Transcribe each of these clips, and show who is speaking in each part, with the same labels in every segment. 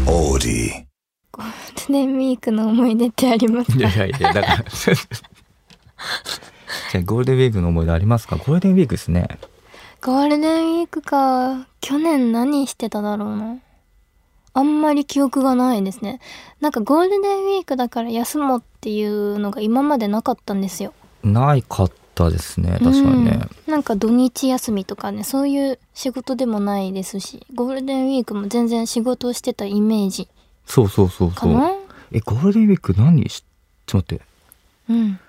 Speaker 1: Beauty.
Speaker 2: ゴールデンウィークの思い出ってありますか
Speaker 3: いやいやいや、だ から。じゃあゴールデンウィークの思い出ありますかゴールデンウィークですね。
Speaker 2: ゴールデンウィークか。去年何してただろうな。あんまり記憶がないですね。なんかゴールデンウィークだから休もうっていうのが今までなかったんですよ。
Speaker 3: ないかったですね。確かにね。
Speaker 2: うんなんか土日休みとかね、そういう仕事でもないですし、ゴールデンウィークも全然仕事をしてたイメージ
Speaker 3: そうそうそう
Speaker 2: か
Speaker 3: そ
Speaker 2: な
Speaker 3: う。え、ゴールデンウィーク何し、ちょっと待って。
Speaker 2: うん。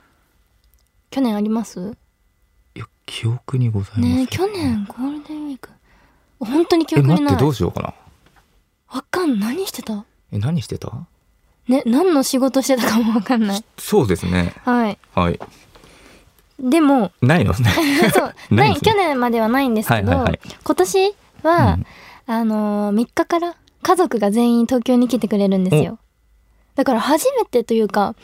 Speaker 2: 去年あります
Speaker 3: いや、記憶にございます。
Speaker 2: ねえ去年ゴールデンウィーク。本当に記
Speaker 3: え、
Speaker 2: 憶に
Speaker 3: 待っ
Speaker 2: ない。
Speaker 3: て、どうしようかな。
Speaker 2: わかん、何してた
Speaker 3: え、何してた
Speaker 2: ね、何の仕事してたかもわかんない。
Speaker 3: そうですね。
Speaker 2: はい。
Speaker 3: はい。
Speaker 2: で も、
Speaker 3: ないのね。
Speaker 2: そう、
Speaker 3: な
Speaker 2: ないい、
Speaker 3: ですね
Speaker 2: 去年まではないんですけど、
Speaker 3: はいはいはい
Speaker 2: 今年は、あのー、3日から家族が全員東京に来てくれるんですよ。だから初めてというか、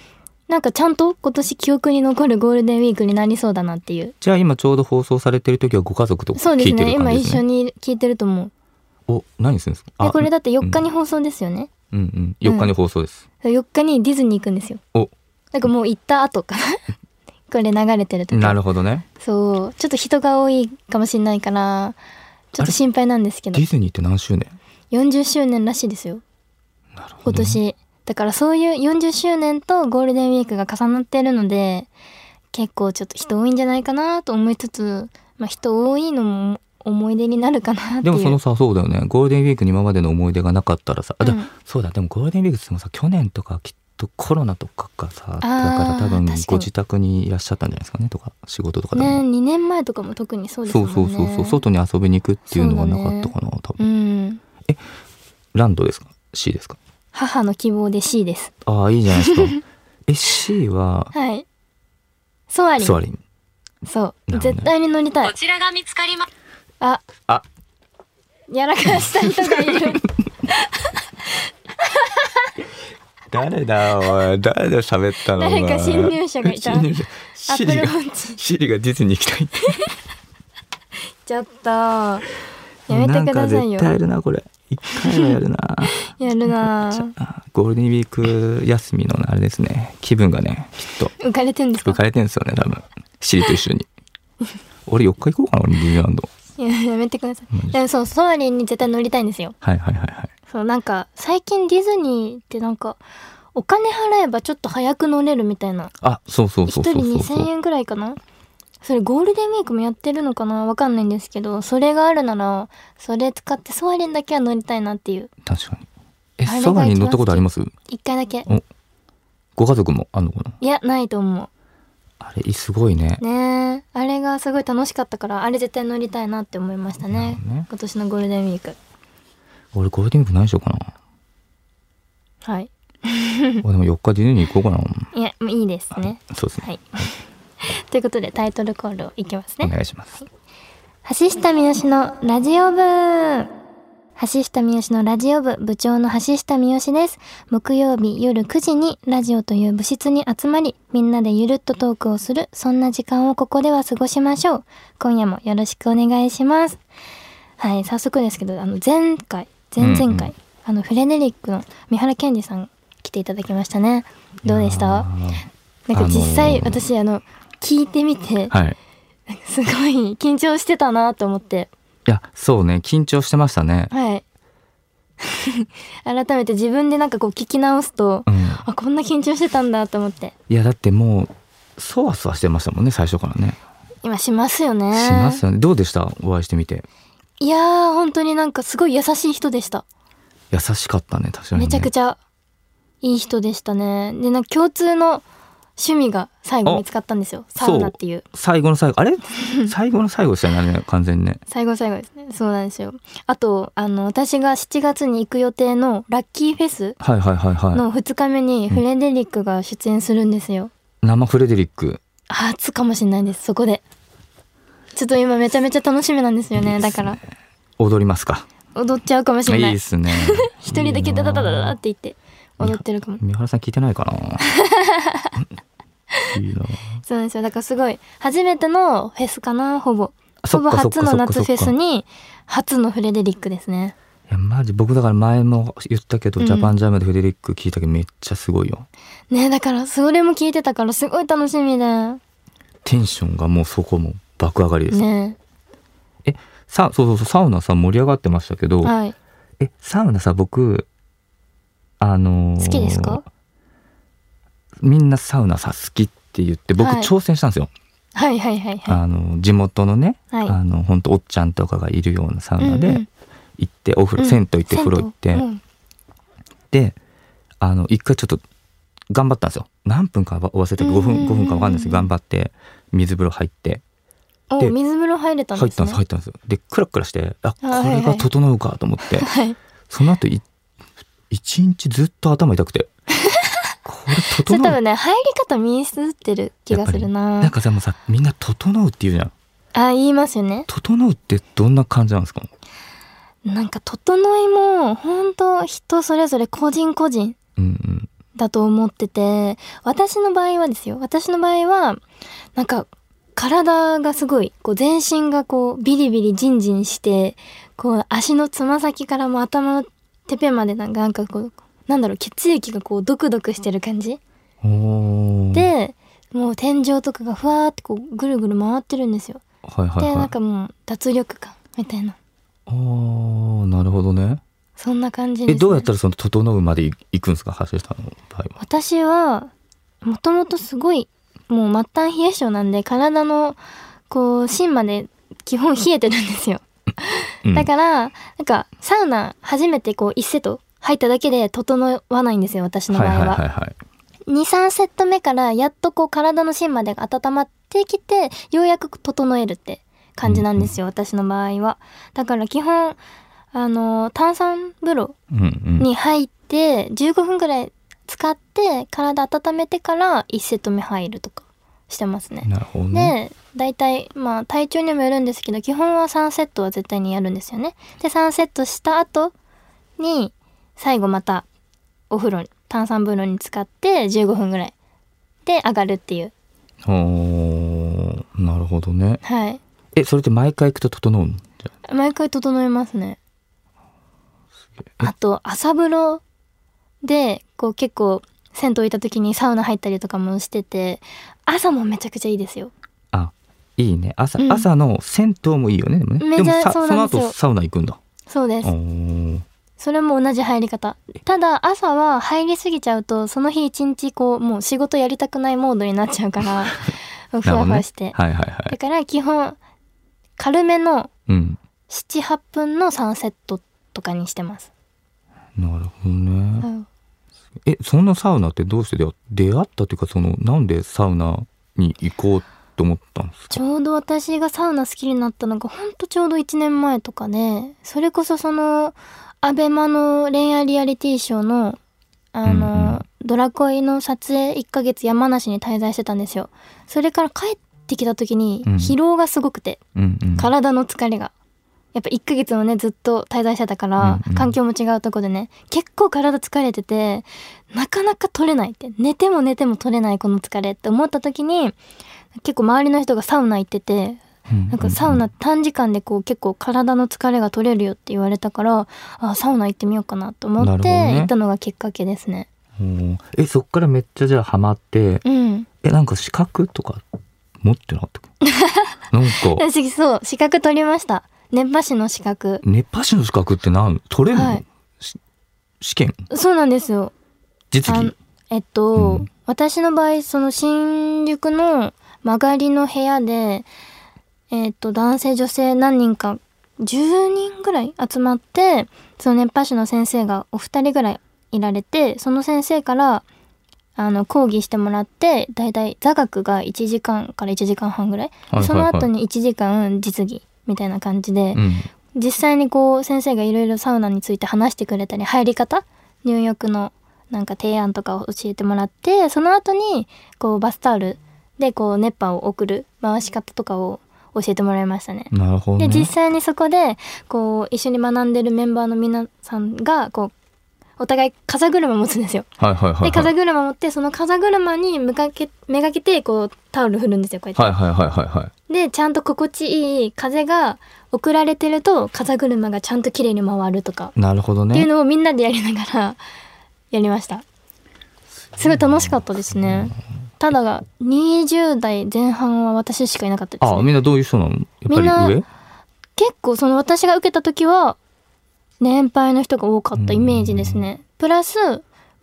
Speaker 2: なんかちゃんと今年記憶に残るゴールデンウィークになりそうだなっていう。
Speaker 3: じゃあ今ちょうど放送されてる時はご家族と
Speaker 2: そ
Speaker 3: 聞
Speaker 2: う
Speaker 3: い
Speaker 2: で
Speaker 3: て
Speaker 2: す
Speaker 3: る
Speaker 2: ね。
Speaker 3: 感じですね。
Speaker 2: 今一緒に聞いてると思う。
Speaker 3: お、何するんですか
Speaker 2: で、これだって4日
Speaker 3: に。
Speaker 2: に放送ですよね。
Speaker 3: うんうん。4日に放送です。
Speaker 2: 4日にディズニー行くんですよ。
Speaker 3: お、
Speaker 2: なんかもう行った後 かな。これ流れてる時。
Speaker 3: なるほどね。
Speaker 2: そう。ちょっと人が多いかもしれないから、ちょっと心配なんですけど
Speaker 3: ディ。ズニーって何周年
Speaker 2: 40周年らしいですよ
Speaker 3: なる
Speaker 2: 今
Speaker 3: ほどね。
Speaker 2: 年だからそういう40周年とゴールデンウィークが重なってるので結構ちょっと人多いんじゃないかなと思いつつ、まあ、人多いのも思い出になるかなっていう
Speaker 3: でもそのさそうだよねゴールデンウィークに今までの思い出がなかったらさ、あでも
Speaker 2: うん
Speaker 3: そうだでもゴールデンウィークってもさ去年とかきっとコロナとかがさだから
Speaker 2: あー
Speaker 3: 多分
Speaker 2: 確かに
Speaker 3: ご自宅にいらっしゃったんじゃないですかねとか仕事とかで
Speaker 2: ね
Speaker 3: も、
Speaker 2: 2年前とかも特にそうです
Speaker 3: そ
Speaker 2: もん
Speaker 3: う
Speaker 2: ね
Speaker 3: そうそうそう外に遊びに行くっていうのがなかったかな、多
Speaker 2: う
Speaker 3: 分
Speaker 2: ん
Speaker 3: ランドですか C ですか
Speaker 2: 母の希望で C です
Speaker 3: ああいいじゃないで すかえ C は
Speaker 2: はいソアリン
Speaker 3: ソアリン
Speaker 2: そ
Speaker 3: なるほど
Speaker 2: う
Speaker 3: ね
Speaker 2: 絶対に乗りたい
Speaker 4: こちらが見つかりま
Speaker 2: あ
Speaker 3: あ
Speaker 2: やらかした人がいる
Speaker 3: 誰だおい誰だ喋ったの
Speaker 2: 誰か侵入者がいた
Speaker 3: 侵入者
Speaker 2: ア
Speaker 3: シ
Speaker 2: ップ
Speaker 3: リ
Speaker 2: ルウ
Speaker 3: が
Speaker 2: ォッチ
Speaker 3: シリがディズニー行きたい
Speaker 2: ちょっとやめてください
Speaker 3: なんか絶
Speaker 2: よ
Speaker 3: 対やるなこれ一回は やるな
Speaker 2: やるな
Speaker 3: じゃ
Speaker 2: ぁ
Speaker 3: あゴールデンウィーク休みのあれですね気分がねきっ
Speaker 2: 浮かれてんです
Speaker 3: と浮
Speaker 2: か
Speaker 3: かれてんですよね多分シリと一緒に俺4日行こうかな俺ディズニーランド
Speaker 2: いややめてくださ
Speaker 3: う
Speaker 2: い
Speaker 3: ん
Speaker 2: でもそうソアリンに絶対乗りたいんですよ
Speaker 3: はいはいはいはい
Speaker 2: そうなんか最近ディズニーってなんかお金払えばちょっと早く乗れるみたいな
Speaker 3: あそうそうそ
Speaker 2: 一
Speaker 3: うそう
Speaker 2: 人
Speaker 3: そう
Speaker 2: 2000円ぐらいかなそれゴールデンウィークもやってるのかなわかんないんですけどそれがあるならそれ使ってソアリンだけは乗りたいなっていう
Speaker 3: 確かにえ
Speaker 2: あれが
Speaker 3: ソガに乗ったことあります
Speaker 2: 一回だけ
Speaker 3: ご家族もあんのかない
Speaker 2: やないと思
Speaker 3: あれすごいね
Speaker 2: うねえあれがすごい楽しかったからあれ絶対乗りたいなって思いました
Speaker 3: な
Speaker 2: ね
Speaker 3: るほどね
Speaker 2: 今年のゴールデンウィーク
Speaker 3: 俺ゴールデンウィーク何しようかな
Speaker 2: はい
Speaker 3: 俺でも4日ディズニー行こうかない
Speaker 2: や、もういいですね。
Speaker 3: そうですね、
Speaker 2: はい。ということで、タイトルコールをいきます
Speaker 3: お
Speaker 2: ね。
Speaker 3: 願いします
Speaker 2: 橋下三好のラジオ部橋下三好のラジオ部部長の橋下三好です。木曜日夜9時にラジオという部室に集まり、みんなでゆるっとトークをする、そんな時間をここでは過ごしましょう。今夜もよろしくお願いします。はい、早速ですけど、あの、前回、前々回、
Speaker 3: うんうん
Speaker 2: あの、フレネリックの三原健二さん来ていただきましたね。どうでした
Speaker 3: あー
Speaker 2: なんか実際、
Speaker 3: あのー
Speaker 2: 私あの聞いてみて、
Speaker 3: はい
Speaker 2: すごい緊張してたなと思って
Speaker 3: いやそうね緊張してましたね
Speaker 2: はい 改めて自分でなんかこう聞き直すと、
Speaker 3: うん
Speaker 2: あこんな緊張してたんだと思って
Speaker 3: いやだってもうそわそわしてましたもんね最初からね、
Speaker 2: 今しますよね
Speaker 3: しますよねどうでしたお会いしてみて
Speaker 2: いやー本当になんかすごい優しい人でした、
Speaker 3: 優しかったね確かに、ね、
Speaker 2: めちゃく
Speaker 3: ち
Speaker 2: ちゃいい人でしたねでなんか共通の趣味が最後見つかったんですよサウナっていう
Speaker 3: 最後の最後あれ最後の最後でしたよねあれね完全にね
Speaker 2: 最後最後ですねそうなんですよあとあの私が7月に行く予定のラッキーフェス
Speaker 3: はいはいはいは
Speaker 2: の2日目にフレデリックが出演するんですよ。
Speaker 3: い生フレデリック
Speaker 2: 初かもしれないです、そこで。ちょっと今めちゃめちゃ楽しみなんですよね。だから、
Speaker 3: 踊りますか
Speaker 2: 踊っちゃうかもし
Speaker 3: い
Speaker 2: れないい
Speaker 3: で。すね
Speaker 2: 一人だけダダダダダダ
Speaker 3: いい
Speaker 2: っ
Speaker 3: な
Speaker 2: て言って踊ってるかも。
Speaker 3: 三原さん聞いてないかないいな
Speaker 2: そうなんですよ。だからすごい、初めてのフェスかな、ほぼ。
Speaker 3: あ
Speaker 2: ほぼ
Speaker 3: そっかそっ
Speaker 2: 初
Speaker 3: か
Speaker 2: の
Speaker 3: そっかそ
Speaker 2: 夏
Speaker 3: っ
Speaker 2: フ
Speaker 3: か
Speaker 2: ェスに、初のフレデリックですね。
Speaker 3: やマジ僕だから前も言ったけど、
Speaker 2: うん
Speaker 3: ジャパンジャムでフレデリック聞いたけどめっちゃすごいよ
Speaker 2: ねだからそれも聞いてたからすごい楽しみで
Speaker 3: テンションがもうそこも爆上がりです、
Speaker 2: ね
Speaker 3: さそうそうそうサウナさ盛り上がってましたけど、
Speaker 2: はい
Speaker 3: えサウナさ僕あのー
Speaker 2: 好きですか
Speaker 3: みんなサウナさ好きって言って僕
Speaker 2: はい
Speaker 3: 挑戦したんですよ、
Speaker 2: はいはいはいはい
Speaker 3: あの地元のね、
Speaker 2: はい
Speaker 3: あの本当おっちゃんとかがいるようなサウナ
Speaker 2: うんう
Speaker 3: で
Speaker 2: ん
Speaker 3: 行って、お風呂、
Speaker 2: うん
Speaker 3: 銭湯行って風呂行って、
Speaker 2: 銭湯うん
Speaker 3: であの一回ちょっと頑張ったんですよ何分かわ忘れたけど
Speaker 2: う
Speaker 3: 5
Speaker 2: んうんうん
Speaker 3: 分
Speaker 2: うん
Speaker 3: 5分か分かんないですけど頑張って水風呂入って
Speaker 2: お
Speaker 3: で
Speaker 2: 水風呂入れたん
Speaker 3: 入
Speaker 2: で
Speaker 3: っ
Speaker 2: す
Speaker 3: た
Speaker 2: ね
Speaker 3: んです入ったんですよでクラクラしてあこ
Speaker 2: はいは
Speaker 3: れ
Speaker 2: いは
Speaker 3: が
Speaker 2: い
Speaker 3: 整うかと思って、
Speaker 2: はい
Speaker 3: その後い一日ずっと頭痛 くてこれ
Speaker 2: それ多
Speaker 3: 整う
Speaker 2: 分ね入り方ミスってる気がする
Speaker 3: なん
Speaker 2: な
Speaker 3: かさもうさみんな整うって言うじゃん
Speaker 2: あ言いますよね
Speaker 3: 整うってどんな感じなんですか
Speaker 2: なんか整いも本当人それぞれ個人個人
Speaker 3: うんうん
Speaker 2: だと思ってて私の場合はですよ私の場合はなんか体がすごいこう全身がこうビリビリジンジンしてこう足のつま先からもう頭のてっぺんまでなんかなんかこうなんだろう血液がこうドクドクしてる感じ
Speaker 3: おー
Speaker 2: でもう天井とかがふわーってこうぐるぐる回ってるんですよ。
Speaker 3: はいはい
Speaker 2: で
Speaker 3: は
Speaker 2: なん
Speaker 3: い
Speaker 2: かもう脱力感みたいな
Speaker 3: あーなるほどね
Speaker 2: そんな感じです、
Speaker 3: え
Speaker 2: ね、
Speaker 3: どうやったらその整うまでい行くんですか橋下の場合は
Speaker 2: 私はもともとすごいもう末端冷え性なんで体のこう芯まで基本冷えてるんですよ、
Speaker 3: うん
Speaker 2: だからなんかサウナ初めてこう1セット入っただけで整わないんですよ私の場合は,、
Speaker 3: はいはいはいはい
Speaker 2: 23セット目からやっとこう体の芯までが温まってきてようやく整えるって感じなんですよ、私の場合はだから基本あの炭酸風呂
Speaker 3: うんうん
Speaker 2: に入って15分ぐらい使って体温めてから1セット目入るとかしてますね。
Speaker 3: なるほどね
Speaker 2: で大体まあ体調にもよるんですけど基本は3セットは絶対にやるんですよね。で3セットした後に最後またお風呂に炭酸風呂に使って15分ぐらいで上がるっていう。
Speaker 3: おーなるほどね
Speaker 2: はい。
Speaker 3: えそれって毎回行くと整うのじゃ
Speaker 2: 毎回整えますね。
Speaker 3: あえ
Speaker 2: あと朝風呂でこう結構銭湯行った時にサウナ入ったりとかもしてて朝もめちゃくちゃいいですよ
Speaker 3: あいいね朝、
Speaker 2: うん
Speaker 3: 朝の銭湯もいいよねでもね
Speaker 2: めちゃ
Speaker 3: もさ
Speaker 2: そう
Speaker 3: そ
Speaker 2: な
Speaker 3: の
Speaker 2: んですよ
Speaker 3: 後サウナ行くんだ
Speaker 2: そうで
Speaker 3: お
Speaker 2: す
Speaker 3: ー
Speaker 2: それも同じ入り方ただ朝は入りすぎちゃうとその日一日こうもう仕事やりたくないモードになっちゃうから ふ
Speaker 3: なる
Speaker 2: わ
Speaker 3: ほ
Speaker 2: ふ
Speaker 3: ど
Speaker 2: わ
Speaker 3: ね
Speaker 2: して、
Speaker 3: はいはいは
Speaker 2: だ
Speaker 3: い
Speaker 2: から基本軽めの
Speaker 3: うん
Speaker 2: 78分の3セットとかにしてます、
Speaker 3: なるほどね
Speaker 2: うん
Speaker 3: えそんなサウナってどうして出会出会ったというかそのなんでサウナに行こうと思ったんですか
Speaker 2: ちょうど私がサウナ好きになったのがほんとちょうど1年前とかでそれこそそのアベマの恋愛リアリティショーのあの、
Speaker 3: うんうん
Speaker 2: ドラコイの撮影1ヶ月山梨に滞在してたんですよそれから帰ってきた時に
Speaker 3: うん
Speaker 2: 疲労がすごくて、
Speaker 3: うんうん
Speaker 2: 体の疲れがやっぱ1ヶ月もねずっと滞在してたから、
Speaker 3: うんうん
Speaker 2: 環境も違うとこでね結構体疲れててなかなか取れないって寝ても寝ても取れないこの疲れって思った時に結構周りの人がサウナ行っててなんかサウナ短時間でこう結構体の疲れが取れるよって言われたからあサウナ行ってみようかなと思
Speaker 3: な
Speaker 2: っ
Speaker 3: る
Speaker 2: て
Speaker 3: ほどね
Speaker 2: 行ったのがきっかけですね。
Speaker 3: うんえそっからめっちゃじゃあハマって
Speaker 2: うん、
Speaker 3: えなんか資格とか持ってなかったっ けなんか
Speaker 2: 私そう資格取りました熱波師の資格
Speaker 3: 熱波師の資格って何取れるの、
Speaker 2: はい
Speaker 3: し試験
Speaker 2: そうなんですよ
Speaker 3: 実
Speaker 2: あ
Speaker 3: 技
Speaker 2: のえっと、
Speaker 3: うん
Speaker 2: 私の場合その新宿の曲がりの部屋で、えっと、男性女性何人か10人ぐらい集まってその熱波師の先生がお二人ぐらいいられてその先生からあの講義してもらってだいたい座学が1時間から1時間半ぐらい,、
Speaker 3: はいはいはい
Speaker 2: その後に1時間実技みたいな感じで、
Speaker 3: うん
Speaker 2: 実際にこう先生がいろいろサウナについて話してくれたり入り方入浴のなんか提案とかを教えてもらってその後にこうバスタオルでこう熱波を送る回し方とかを教えてもらいましたね。
Speaker 3: なるほどね
Speaker 2: で実際にそこでこう一緒に学んでるメンバーの皆さんがこうお互い風車持つんですよ。
Speaker 3: はいはいはい
Speaker 2: で
Speaker 3: は
Speaker 2: 風
Speaker 3: い
Speaker 2: 車持ってその風車に向かけめがけてこうタオル振るんですよこうやって。
Speaker 3: はいはいはいはいはい
Speaker 2: でちゃんと心地いい風が送られてると風車がちゃんと綺麗に回るとか、
Speaker 3: なるほど
Speaker 2: ってい
Speaker 3: ね
Speaker 2: うのをみんなでやりながらやりましたすごい楽しかったですねただが20代前半は私しかいなかったです、
Speaker 3: あ
Speaker 2: ね、
Speaker 3: みんなどういう人なのやっ
Speaker 2: みんな
Speaker 3: ぱり上
Speaker 2: 結構その私が受けた時は年配の人が多かったイメージですねプラス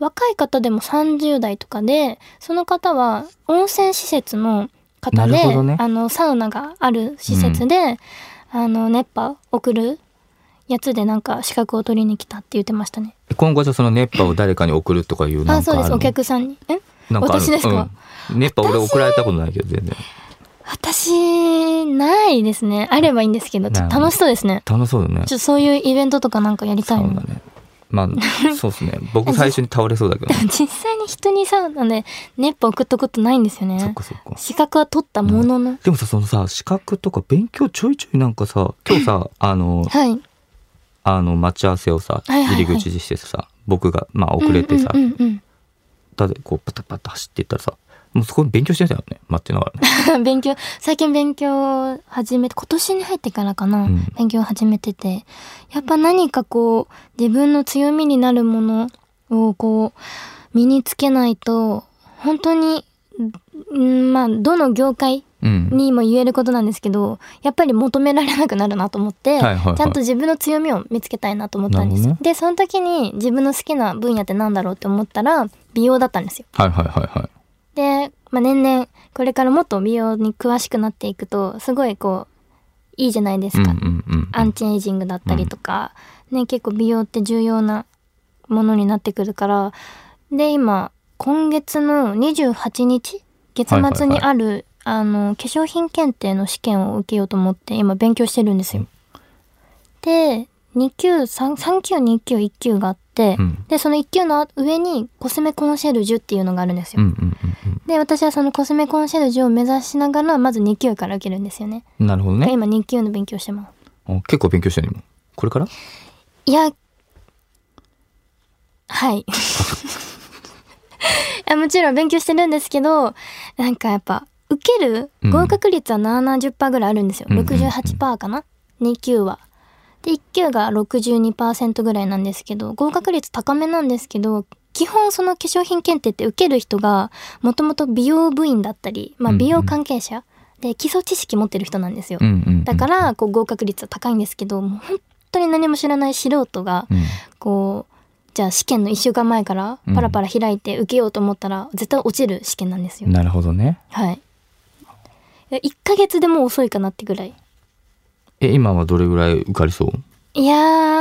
Speaker 2: 若い方でも30代とかでその方は温泉施設の方
Speaker 3: なるほ
Speaker 2: で、
Speaker 3: どね
Speaker 2: あのサウナがある施設で、あの熱波送るやつでなんか資格を取りに来たって言ってましたね
Speaker 3: 今後じゃあその熱波を誰かに送るとかいう
Speaker 2: あ
Speaker 3: なん
Speaker 2: そ
Speaker 3: か
Speaker 2: う
Speaker 3: あ
Speaker 2: で
Speaker 3: る
Speaker 2: す
Speaker 3: の
Speaker 2: お客さんにえ
Speaker 3: なんかある
Speaker 2: 私ですか
Speaker 3: うん熱波俺送られたことないけど全然
Speaker 2: 私ないですねあればいいんですけどちょっと楽しそうですね
Speaker 3: 楽しそうだね
Speaker 2: ちょっとそういうイベントとかなんかやりたい
Speaker 3: そ
Speaker 2: な
Speaker 3: うだねま あそうですね僕最初に倒れそうだけど
Speaker 2: でも実際に人にサウナで熱波送ったことないんですよ
Speaker 3: そっ
Speaker 2: ね
Speaker 3: かそっか
Speaker 2: 資格は取ったものの、
Speaker 3: でもさそのさ資格とか勉強ちょいちょいなんかさ今日 さあの
Speaker 2: はい
Speaker 3: あの待ち合わせをさ
Speaker 2: はいはいは
Speaker 3: 入
Speaker 2: い
Speaker 3: り口にしてさ僕がまあ遅れてさ
Speaker 2: うんうんうん
Speaker 3: ただこうパタパタ走っていったらさもうそこに勉強してたよね待ってなが らね
Speaker 2: うん勉強最近勉強を始めて今年に入ってからかな、
Speaker 3: うん
Speaker 2: 勉強を始めててやっぱ何かこう自分の強みになるものをこう身につけないと本当にんまあどの業界
Speaker 3: うん
Speaker 2: にも言えることなんですけどやっぱり求められなくなるなと思って、
Speaker 3: いはいはい
Speaker 2: ちゃんと自分の強みを見つけたいなと思ったんです、
Speaker 3: なるほ
Speaker 2: でその時に自分の好きな分野ってなんだろうって思ったら美容だったんですよ
Speaker 3: はいはいはいはい
Speaker 2: で、まあ、年々これからもっと美容に詳しくなっていくとすごいこういいじゃないです
Speaker 3: うんう
Speaker 2: か、
Speaker 3: んうん
Speaker 2: アンチエイジングだったりとか、ね結構美容って重要なものになってくるからで今今月の28日月
Speaker 3: はいはい
Speaker 2: 末にある、あの化粧品検定の試験を受けようと思って今勉強してるんですよ。で2級3 3級2級1級があって、
Speaker 3: うん
Speaker 2: でその1級の上にコスメコンシェルジュっていうのがあるんです
Speaker 3: う
Speaker 2: よ。
Speaker 3: んうんうん
Speaker 2: で私はそのコスメコンシェルジュを目指しながらまず2級から受けるんですよね。
Speaker 3: うんなるほどね
Speaker 2: 今2級の勉強してます。
Speaker 3: あ結構勉強してる今これから
Speaker 2: いや、はい。い やもちろん勉強してるんですけど、なんかやっぱ、受ける
Speaker 3: うん
Speaker 2: 合格率は70%ぐらいあるんですよ。
Speaker 3: うんうんうん
Speaker 2: 68%かな ?2 級は。で、1級が62%ぐらいなんですけど、合格率高めなんですけど、基本その化粧品検定って受ける人が、もともと美容部員だったり、まあ
Speaker 3: うんうん
Speaker 2: 美容関係者で基礎知識持ってる人なんですよ。
Speaker 3: うんうんうん
Speaker 2: だからこう合格率は高いんですけどもう本当に何も知らない素人が
Speaker 3: うん
Speaker 2: こうじゃあ試験の1週間前から
Speaker 3: うん
Speaker 2: パラパラ開いて受けようと思ったら絶対落ちる試験なんですよ。
Speaker 3: なるほどね
Speaker 2: はい1ヶ月でもう遅いかなってぐらい
Speaker 3: え今はどれぐらい受かりそう
Speaker 2: いや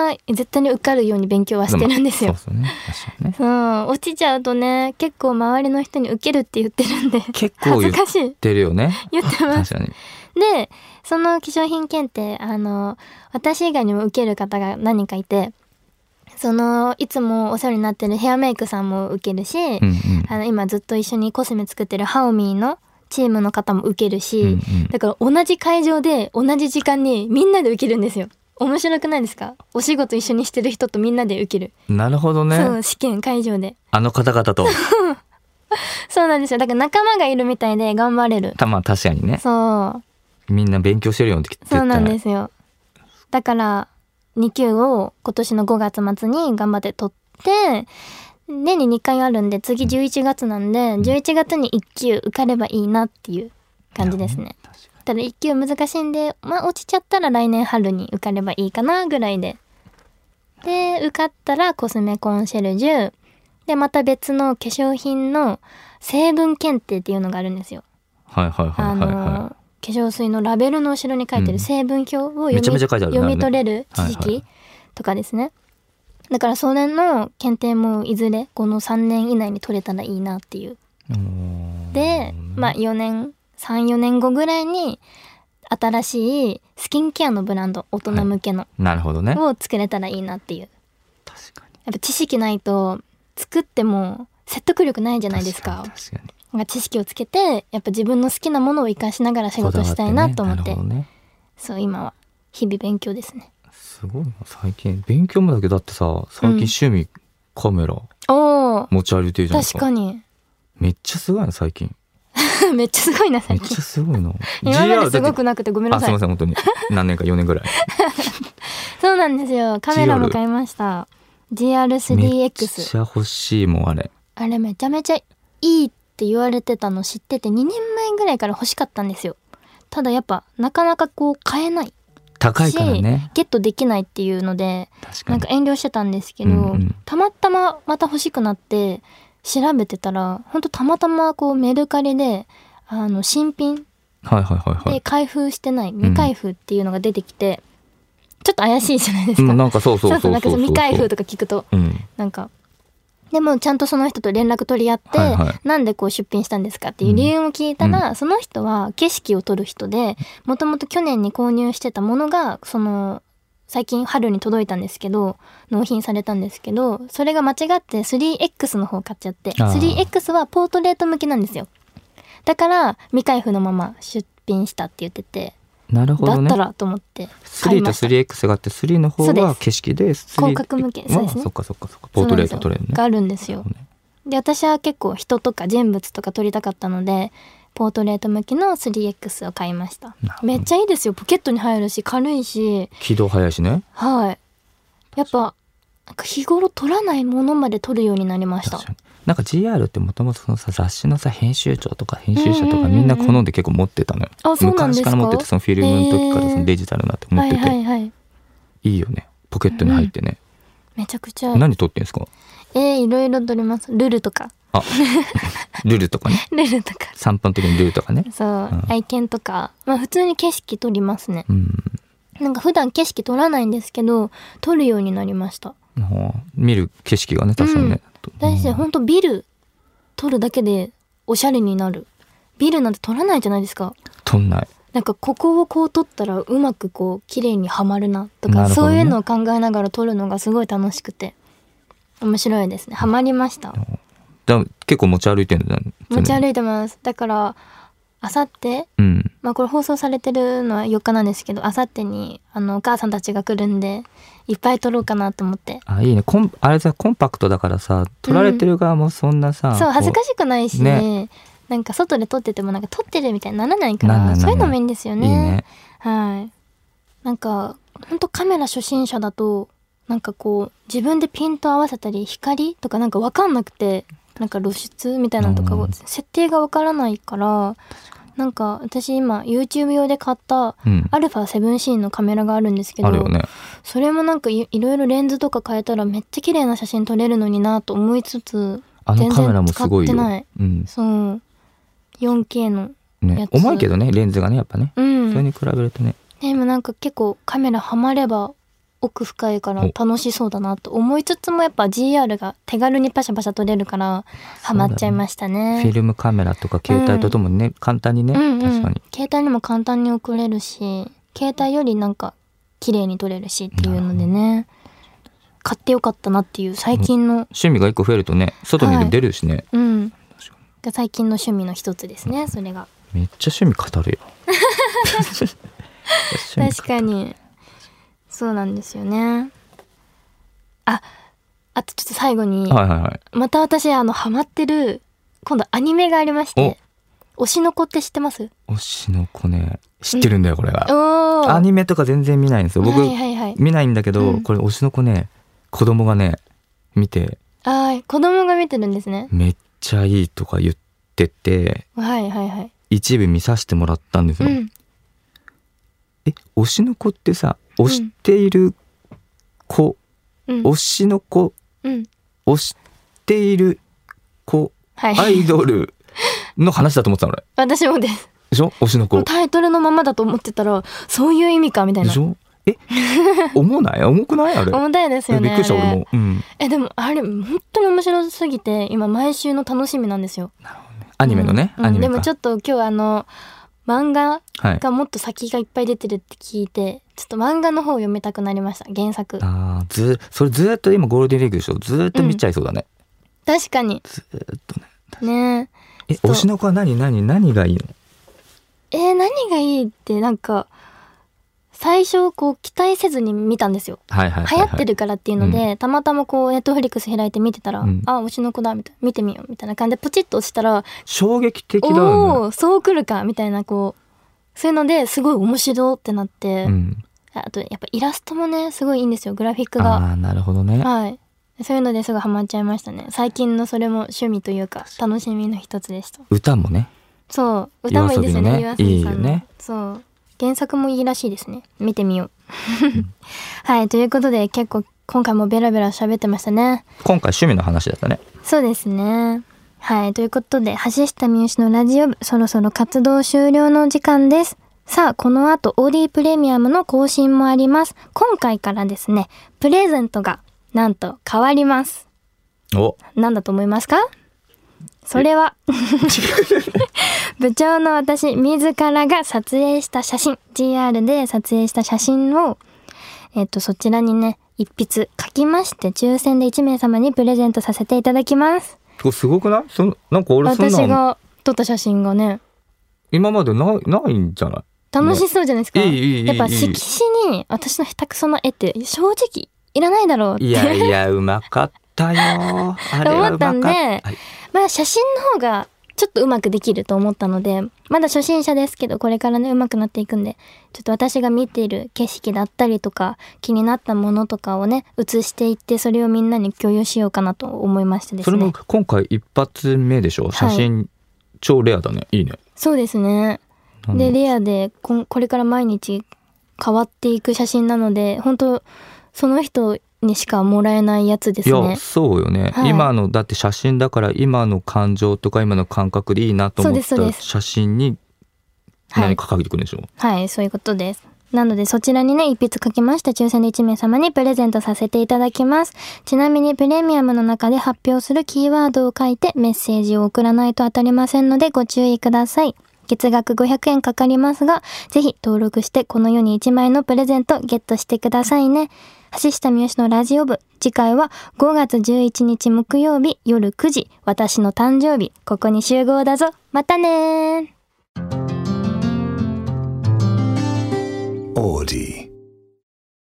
Speaker 2: ー絶対に受かるように勉強はしてるんですよ。
Speaker 3: そうですね 確かにね
Speaker 2: うん、落ちちゃうとね結構周りの人に受けるって言ってるんで
Speaker 3: 結
Speaker 2: 恥
Speaker 3: 構言
Speaker 2: ずか
Speaker 3: っ
Speaker 2: しい
Speaker 3: てるよね
Speaker 2: 言ってます
Speaker 3: 確かに
Speaker 2: でその化粧品検定あの私以外にも受ける方が何人かいてそのいつもお世話になってるヘアメイクさんも受けるし、
Speaker 3: うんうん
Speaker 2: あの今ずっと一緒にコスメ作ってるハオミーのチームの方も受けるし、
Speaker 3: うんうん
Speaker 2: だから同じ会場で同じ時間にみんなで受けるんですよ面白くないですかお仕事一緒にしてる人とみんなで受ける、
Speaker 3: なるほど
Speaker 2: そ
Speaker 3: ね
Speaker 2: う試験会場で
Speaker 3: あの方々と
Speaker 2: そうなんですよだから仲間がいるみたいで頑張れる
Speaker 3: たまあ確かにね
Speaker 2: そう
Speaker 3: みんな勉強してるよって絶対
Speaker 2: そうなんですよだから2級を今年の5月末に頑張って取って年に2回あるんで次11月なんで11月に1級受かればいいなっていう感じですね
Speaker 3: 確か
Speaker 2: ただ1級難しいんでまあ落ちちゃったら来年春に受かればいいかなぐらいでで受かったらコスメコンシェルジュでまた別の化粧品の成分検定っていうのがあるんですよ
Speaker 3: にはいはい
Speaker 2: あ
Speaker 3: はい
Speaker 2: の
Speaker 3: はいは
Speaker 2: 化粧水のラベルの後ろに書いて
Speaker 3: うん
Speaker 2: る成分表を読み,、
Speaker 3: めちゃめちゃ書いてあるね
Speaker 2: 読み取れる知
Speaker 3: はいはい
Speaker 2: 識とかですね、だからそれの検定もいずれこの3年以内に取れたらいいなっていう
Speaker 3: いうん
Speaker 2: で、まあ4年34年後ぐらいに新しいスキンケアのブランド大人向けの
Speaker 3: なるほどね
Speaker 2: を作れたらいいなっていう、
Speaker 3: 確かに
Speaker 2: やっぱ知識ないと作っても説得力ないじゃないですか
Speaker 3: 確かに確か
Speaker 2: なんか知識をつけてやっぱ自分の好きなものを活かしながら仕
Speaker 3: にこ
Speaker 2: 事
Speaker 3: だ
Speaker 2: し
Speaker 3: わ
Speaker 2: たいなと思っ
Speaker 3: ね
Speaker 2: て
Speaker 3: なるほどね
Speaker 2: そう今は日々勉強ですね
Speaker 3: すごいな最近勉強もだけどだってさ最近趣味カメラ
Speaker 2: おー
Speaker 3: 持ち歩いてるじゃないです
Speaker 2: 確
Speaker 3: か
Speaker 2: かに
Speaker 3: めっちゃすごいな最近
Speaker 2: めっちゃすごいな
Speaker 3: め
Speaker 2: 最
Speaker 3: っち
Speaker 2: 近
Speaker 3: ゃすごいな
Speaker 2: 今まですご
Speaker 3: GR だって
Speaker 2: くなくてごめんな
Speaker 3: あ
Speaker 2: さ
Speaker 3: すい
Speaker 2: い
Speaker 3: ません本当に何年か4年ぐらい
Speaker 2: そうなんですよカメラも
Speaker 3: GR
Speaker 2: 買いました
Speaker 3: めっ
Speaker 2: GR3X
Speaker 3: ちゃ欲しいもんあれ
Speaker 2: あれめちゃめちゃいいって言われてたの知ってて2年前ぐらいから欲しかったんですよただやっぱなかなかこう買えない
Speaker 3: 高い
Speaker 2: し、
Speaker 3: からね
Speaker 2: ゲットできないっていうので
Speaker 3: 確か
Speaker 2: なん
Speaker 3: に
Speaker 2: か遠慮してたんですけど、
Speaker 3: うんうん
Speaker 2: たまたままた欲しくなって調べてたらほんとたまたまこうメルカリであの新品
Speaker 3: はいはいはいは
Speaker 2: で
Speaker 3: い
Speaker 2: 開封してない、未開封っていうのが出てきてちょっと怪しいじゃないですか、
Speaker 3: うんなんかそうそう そう
Speaker 2: なんか
Speaker 3: そうそう
Speaker 2: 未開封とか聞くと
Speaker 3: うん
Speaker 2: なんかでもちゃんとその人と連絡取り合って、
Speaker 3: はいはい
Speaker 2: なんでこう出品したんですかっていう理由も聞いたら、その人は景色を撮る人でもともと去年に購入してたものがその最近春に届いたんですけど納品されたんですけどそれが間違って 3X の方買っちゃって
Speaker 3: あー
Speaker 2: 3X はポートレート向きなんですよだから未開封のまま出品したって言ってて、
Speaker 3: なるほ
Speaker 2: だ
Speaker 3: ど
Speaker 2: っ
Speaker 3: ね
Speaker 2: たらと思って買い
Speaker 3: 3と
Speaker 2: ました
Speaker 3: 3X があって3の方
Speaker 2: そうで
Speaker 3: は
Speaker 2: す
Speaker 3: 景色で3
Speaker 2: 広角向けそうですね
Speaker 3: はそっかそっかそっかポートレート撮れる
Speaker 2: が
Speaker 3: ね
Speaker 2: あるんですよで私は結構人とか人物とか撮りたかったのでポートレート向きの 3X を買いました
Speaker 3: なるほど
Speaker 2: めっちゃいいですよポケットに入るし軽いし
Speaker 3: 軌道速いしね
Speaker 2: はいやっぱなんか日頃撮らないものまで撮るようになりました
Speaker 3: 確かになんか GR ってもともとそのさ雑誌のさ編集長とか編集者
Speaker 2: うん
Speaker 3: と
Speaker 2: うんうん
Speaker 3: か
Speaker 2: うん
Speaker 3: みんな好んで結構持ってたのよ、
Speaker 2: あそうなんです
Speaker 3: 昔
Speaker 2: か
Speaker 3: から持っててそのフィルムの時からそ
Speaker 2: へー
Speaker 3: のデジタルなって持
Speaker 2: は
Speaker 3: って
Speaker 2: い
Speaker 3: て、
Speaker 2: はいいはい
Speaker 3: い、よねポケットに入ってね、
Speaker 2: めちゃくちゃ
Speaker 3: 何撮ってんですか
Speaker 2: えー、いろいろ撮りますルルとか
Speaker 3: あルルとかね
Speaker 2: ルルとか
Speaker 3: 散歩の時にルルとかね
Speaker 2: そう、
Speaker 3: ん
Speaker 2: 愛犬とかまあ普通に景色撮りますね
Speaker 3: うん
Speaker 2: なんか普段景色撮らないんですけど撮るようになりました
Speaker 3: ああ見る景色がね多少ね、
Speaker 2: 大してほんとビル撮るだけでおしゃれになるビルなんて撮らないじゃないですか
Speaker 3: 撮んない
Speaker 2: なんかここをこう撮ったらうまくこう綺麗にはまるなとか
Speaker 3: なるほ
Speaker 2: そ
Speaker 3: ど
Speaker 2: う
Speaker 3: ね
Speaker 2: いうのを考えながら撮るのがすごい楽しくて面白いですねハマりました
Speaker 3: だ結構持ち歩いてるんだね
Speaker 2: 持ち歩いてますだからあさって
Speaker 3: うん
Speaker 2: まあこれ放送されてるのは4日なんですけどあさってにあのお母さんたちが来るんでいっぱい撮ろうかなと思って
Speaker 3: あいいねコンあれさコンパクトだからさ撮られてる側もそんなさ、
Speaker 2: そう恥ずか
Speaker 3: し
Speaker 2: しくないし、
Speaker 3: ね
Speaker 2: なんか外で撮っててもなんか撮ってるみたいにならないから
Speaker 3: なんないなんない
Speaker 2: そういうのもいいんですよね。
Speaker 3: いいね
Speaker 2: はいなんかほんとカメラ初心者だとなんかこう自分でピント合わせたり光とかなんか分かんなくてなんか露出みたいなのとか
Speaker 3: う
Speaker 2: を
Speaker 3: ん
Speaker 2: 設定が分からないからなんか私今 YouTube 用で買った
Speaker 3: うん、あ
Speaker 2: α7C のカメラがあるんですけど、
Speaker 3: るよね
Speaker 2: それもなんかいいろいろレンズとか変えたらめっちゃ綺麗な写真撮れるのになと思いつつ
Speaker 3: あのカメラもすごいよ。
Speaker 2: 全然使って
Speaker 3: うん。
Speaker 2: そう 4K のや
Speaker 3: ね
Speaker 2: つ。
Speaker 3: 重いけどね、レンズがね、やっぱね。
Speaker 2: う
Speaker 3: それ
Speaker 2: ん
Speaker 3: に比べるとね。
Speaker 2: でもなんか結構カメラハマれば奥深いから
Speaker 3: お
Speaker 2: 楽しそうだなと思いつつもやっぱ GR が手軽にパシャパシャ撮れるからハマっちゃいました
Speaker 3: フ
Speaker 2: ね
Speaker 3: ィルムカメラとか携帯とともにね、簡単にね、
Speaker 2: うんうん
Speaker 3: 確かに。
Speaker 2: 携帯にも簡単に送れるし携帯よりなんか綺麗に撮れるしっていうのでね買ってよかったなっていう最近の
Speaker 3: 趣味が一個増えるとね、外にでも出るしね、
Speaker 2: うん
Speaker 3: 確か
Speaker 2: が最近の趣味の一つですねそれが
Speaker 3: めっちゃ趣味 語るよ。
Speaker 2: 確か
Speaker 3: に。
Speaker 2: にそうなんですよねああとちょっと最後に、
Speaker 3: はいはいはい。
Speaker 2: また私あのハマってる今度アニメがありまして「推しの子」って知ってます
Speaker 3: 推しの子ね、知ってるんだよ、これが。
Speaker 2: おー
Speaker 3: アニメとか全然見ないんですよ。僕、
Speaker 2: はいはいはい
Speaker 3: 見ないんだけど、
Speaker 2: うん
Speaker 3: これ推しの子ね、子供がね、見て、
Speaker 2: あー子供が見てるんですね
Speaker 3: めっちゃいいとか言ってて、
Speaker 2: はいはいはい
Speaker 3: 一部見させてもらったんです
Speaker 2: う
Speaker 3: よ。
Speaker 2: ん
Speaker 3: え推しの子ってさ推している子、
Speaker 2: うん
Speaker 3: 推しの子
Speaker 2: うん
Speaker 3: 推している子
Speaker 2: はい、
Speaker 3: アイドルの話だと思ってたの俺
Speaker 2: 私もです
Speaker 3: でしょ推しの
Speaker 2: も
Speaker 3: 子
Speaker 2: うタイトルのままだと思ってたらそういう意味かみたい
Speaker 3: で
Speaker 2: な
Speaker 3: しょえ 重ない重くないあれ
Speaker 2: 重たいですよ
Speaker 3: えび
Speaker 2: ね
Speaker 3: っくりした
Speaker 2: あれ
Speaker 3: 俺も、うん、
Speaker 2: えでもあれ本当に面白すぎて今毎週の楽しみなんですよ
Speaker 3: アニメのね、
Speaker 2: うん
Speaker 3: アニメ
Speaker 2: で
Speaker 3: か
Speaker 2: もちょっと今日あの漫画
Speaker 3: はい
Speaker 2: がもっと先がいっぱい出てるって聞いてちょっと漫画の方を読みたくなりました原作
Speaker 3: あーずそれずーっと今ゴールデンウィークでしょずーっと見ちゃいそうだね、
Speaker 2: 確かに
Speaker 3: ずーっとね
Speaker 2: ね
Speaker 3: え
Speaker 2: そう
Speaker 3: 推しの子は何何何がいいの
Speaker 2: えー、何がいいってなんか最初こう期待せずに見たんですよ。
Speaker 3: はいは
Speaker 2: 流
Speaker 3: いはい、
Speaker 2: 行
Speaker 3: はい。
Speaker 2: ってるからっていうので、たまたまこうネットフリックス開いて見てたら、
Speaker 3: うん
Speaker 2: あ推しの子だみたいな見てみようみたいな感じでポチッと押したら、
Speaker 3: 衝撃的だ
Speaker 2: お
Speaker 3: よね。
Speaker 2: おそう来るかみたいなこうそういうのですごい面白ってなって、
Speaker 3: うん、
Speaker 2: あとやっぱイラストもねすごいいいんですよグラフィックが
Speaker 3: ああー、なるほどね。
Speaker 2: はいそういうのですぐハマっちゃいましたね最近のそれも趣味というか楽しみの一つでした
Speaker 3: 歌もね。
Speaker 2: そう歌もいいですよね
Speaker 3: 夜
Speaker 2: 岩
Speaker 3: 遊びのね
Speaker 2: 崎さんの
Speaker 3: いいよね
Speaker 2: そう原作もいいらしいですね見てみよう はいということで結構今回もベラベラ喋ってましたね
Speaker 3: 今回趣味の話だったね。
Speaker 2: そうですね。はい。ということで、橋下美由のラジオ部、そろそろ活動終了の時間です。さあ、この後、OD プレミアムの更新もあります。今回からですね、プレゼントが、なんと変わります。
Speaker 3: お
Speaker 2: なんだと思いますかそれは部長の私自らが撮影した写真 GR で撮影した写真を、えっと、そちらにね一筆書きまして抽選で1名様にプレゼントさせていただきます
Speaker 3: これすごくないそんなんか俺そん
Speaker 2: 私
Speaker 3: なん
Speaker 2: が撮った写真がね
Speaker 3: 今までないないんじゃない
Speaker 2: 楽しそうじゃないですか、
Speaker 3: ねいいいいいい
Speaker 2: やっぱ色紙に私の下手くそな絵って正直いらないだろうって
Speaker 3: いやいや、うまかっ たよ。あれはう
Speaker 2: 思っ
Speaker 3: まかっ
Speaker 2: たん
Speaker 3: た。
Speaker 2: で
Speaker 3: はい
Speaker 2: まあ写真の方がちょっとうまくできると思ったのでまだ初心者ですけどこれからねうまくなっていくんでちょっと私が見ている景色だったりとか気になったものとかをね写していってそれをみんなに共有しようかなと思いましてです
Speaker 3: それ
Speaker 2: ね
Speaker 3: も今回一発目でしょ写真、超レアだね。いいね。
Speaker 2: そうですね
Speaker 3: なんだ
Speaker 2: でレアでこんこれから毎日変わっていく写真なので本当その人にしかもらえないやつです
Speaker 3: い
Speaker 2: ね
Speaker 3: やそうよね、
Speaker 2: はい
Speaker 3: 今のだって写真だから今の感情とか今の感覚でいいなと思っ
Speaker 2: そうですそう
Speaker 3: た
Speaker 2: です
Speaker 3: 写真に
Speaker 2: はい
Speaker 3: 何か書いてくるんでしょ、
Speaker 2: はい、そういうことです。なのでそちらにね、一筆書きました抽選で1名様にプレゼントさせていただきます。ちなみにプレミアムの中で発表するキーワードを書いてメッセージを送らないと当たりませんのでご注意ください。月額500円かかりますが、ぜひ登録してこの世に1枚のプレゼントゲットしてくださいね。橋下三好のラジオ部。次回は5月11日木曜日夜9時、私の誕生日。ここに集合だぞ。またねー。
Speaker 1: Audi.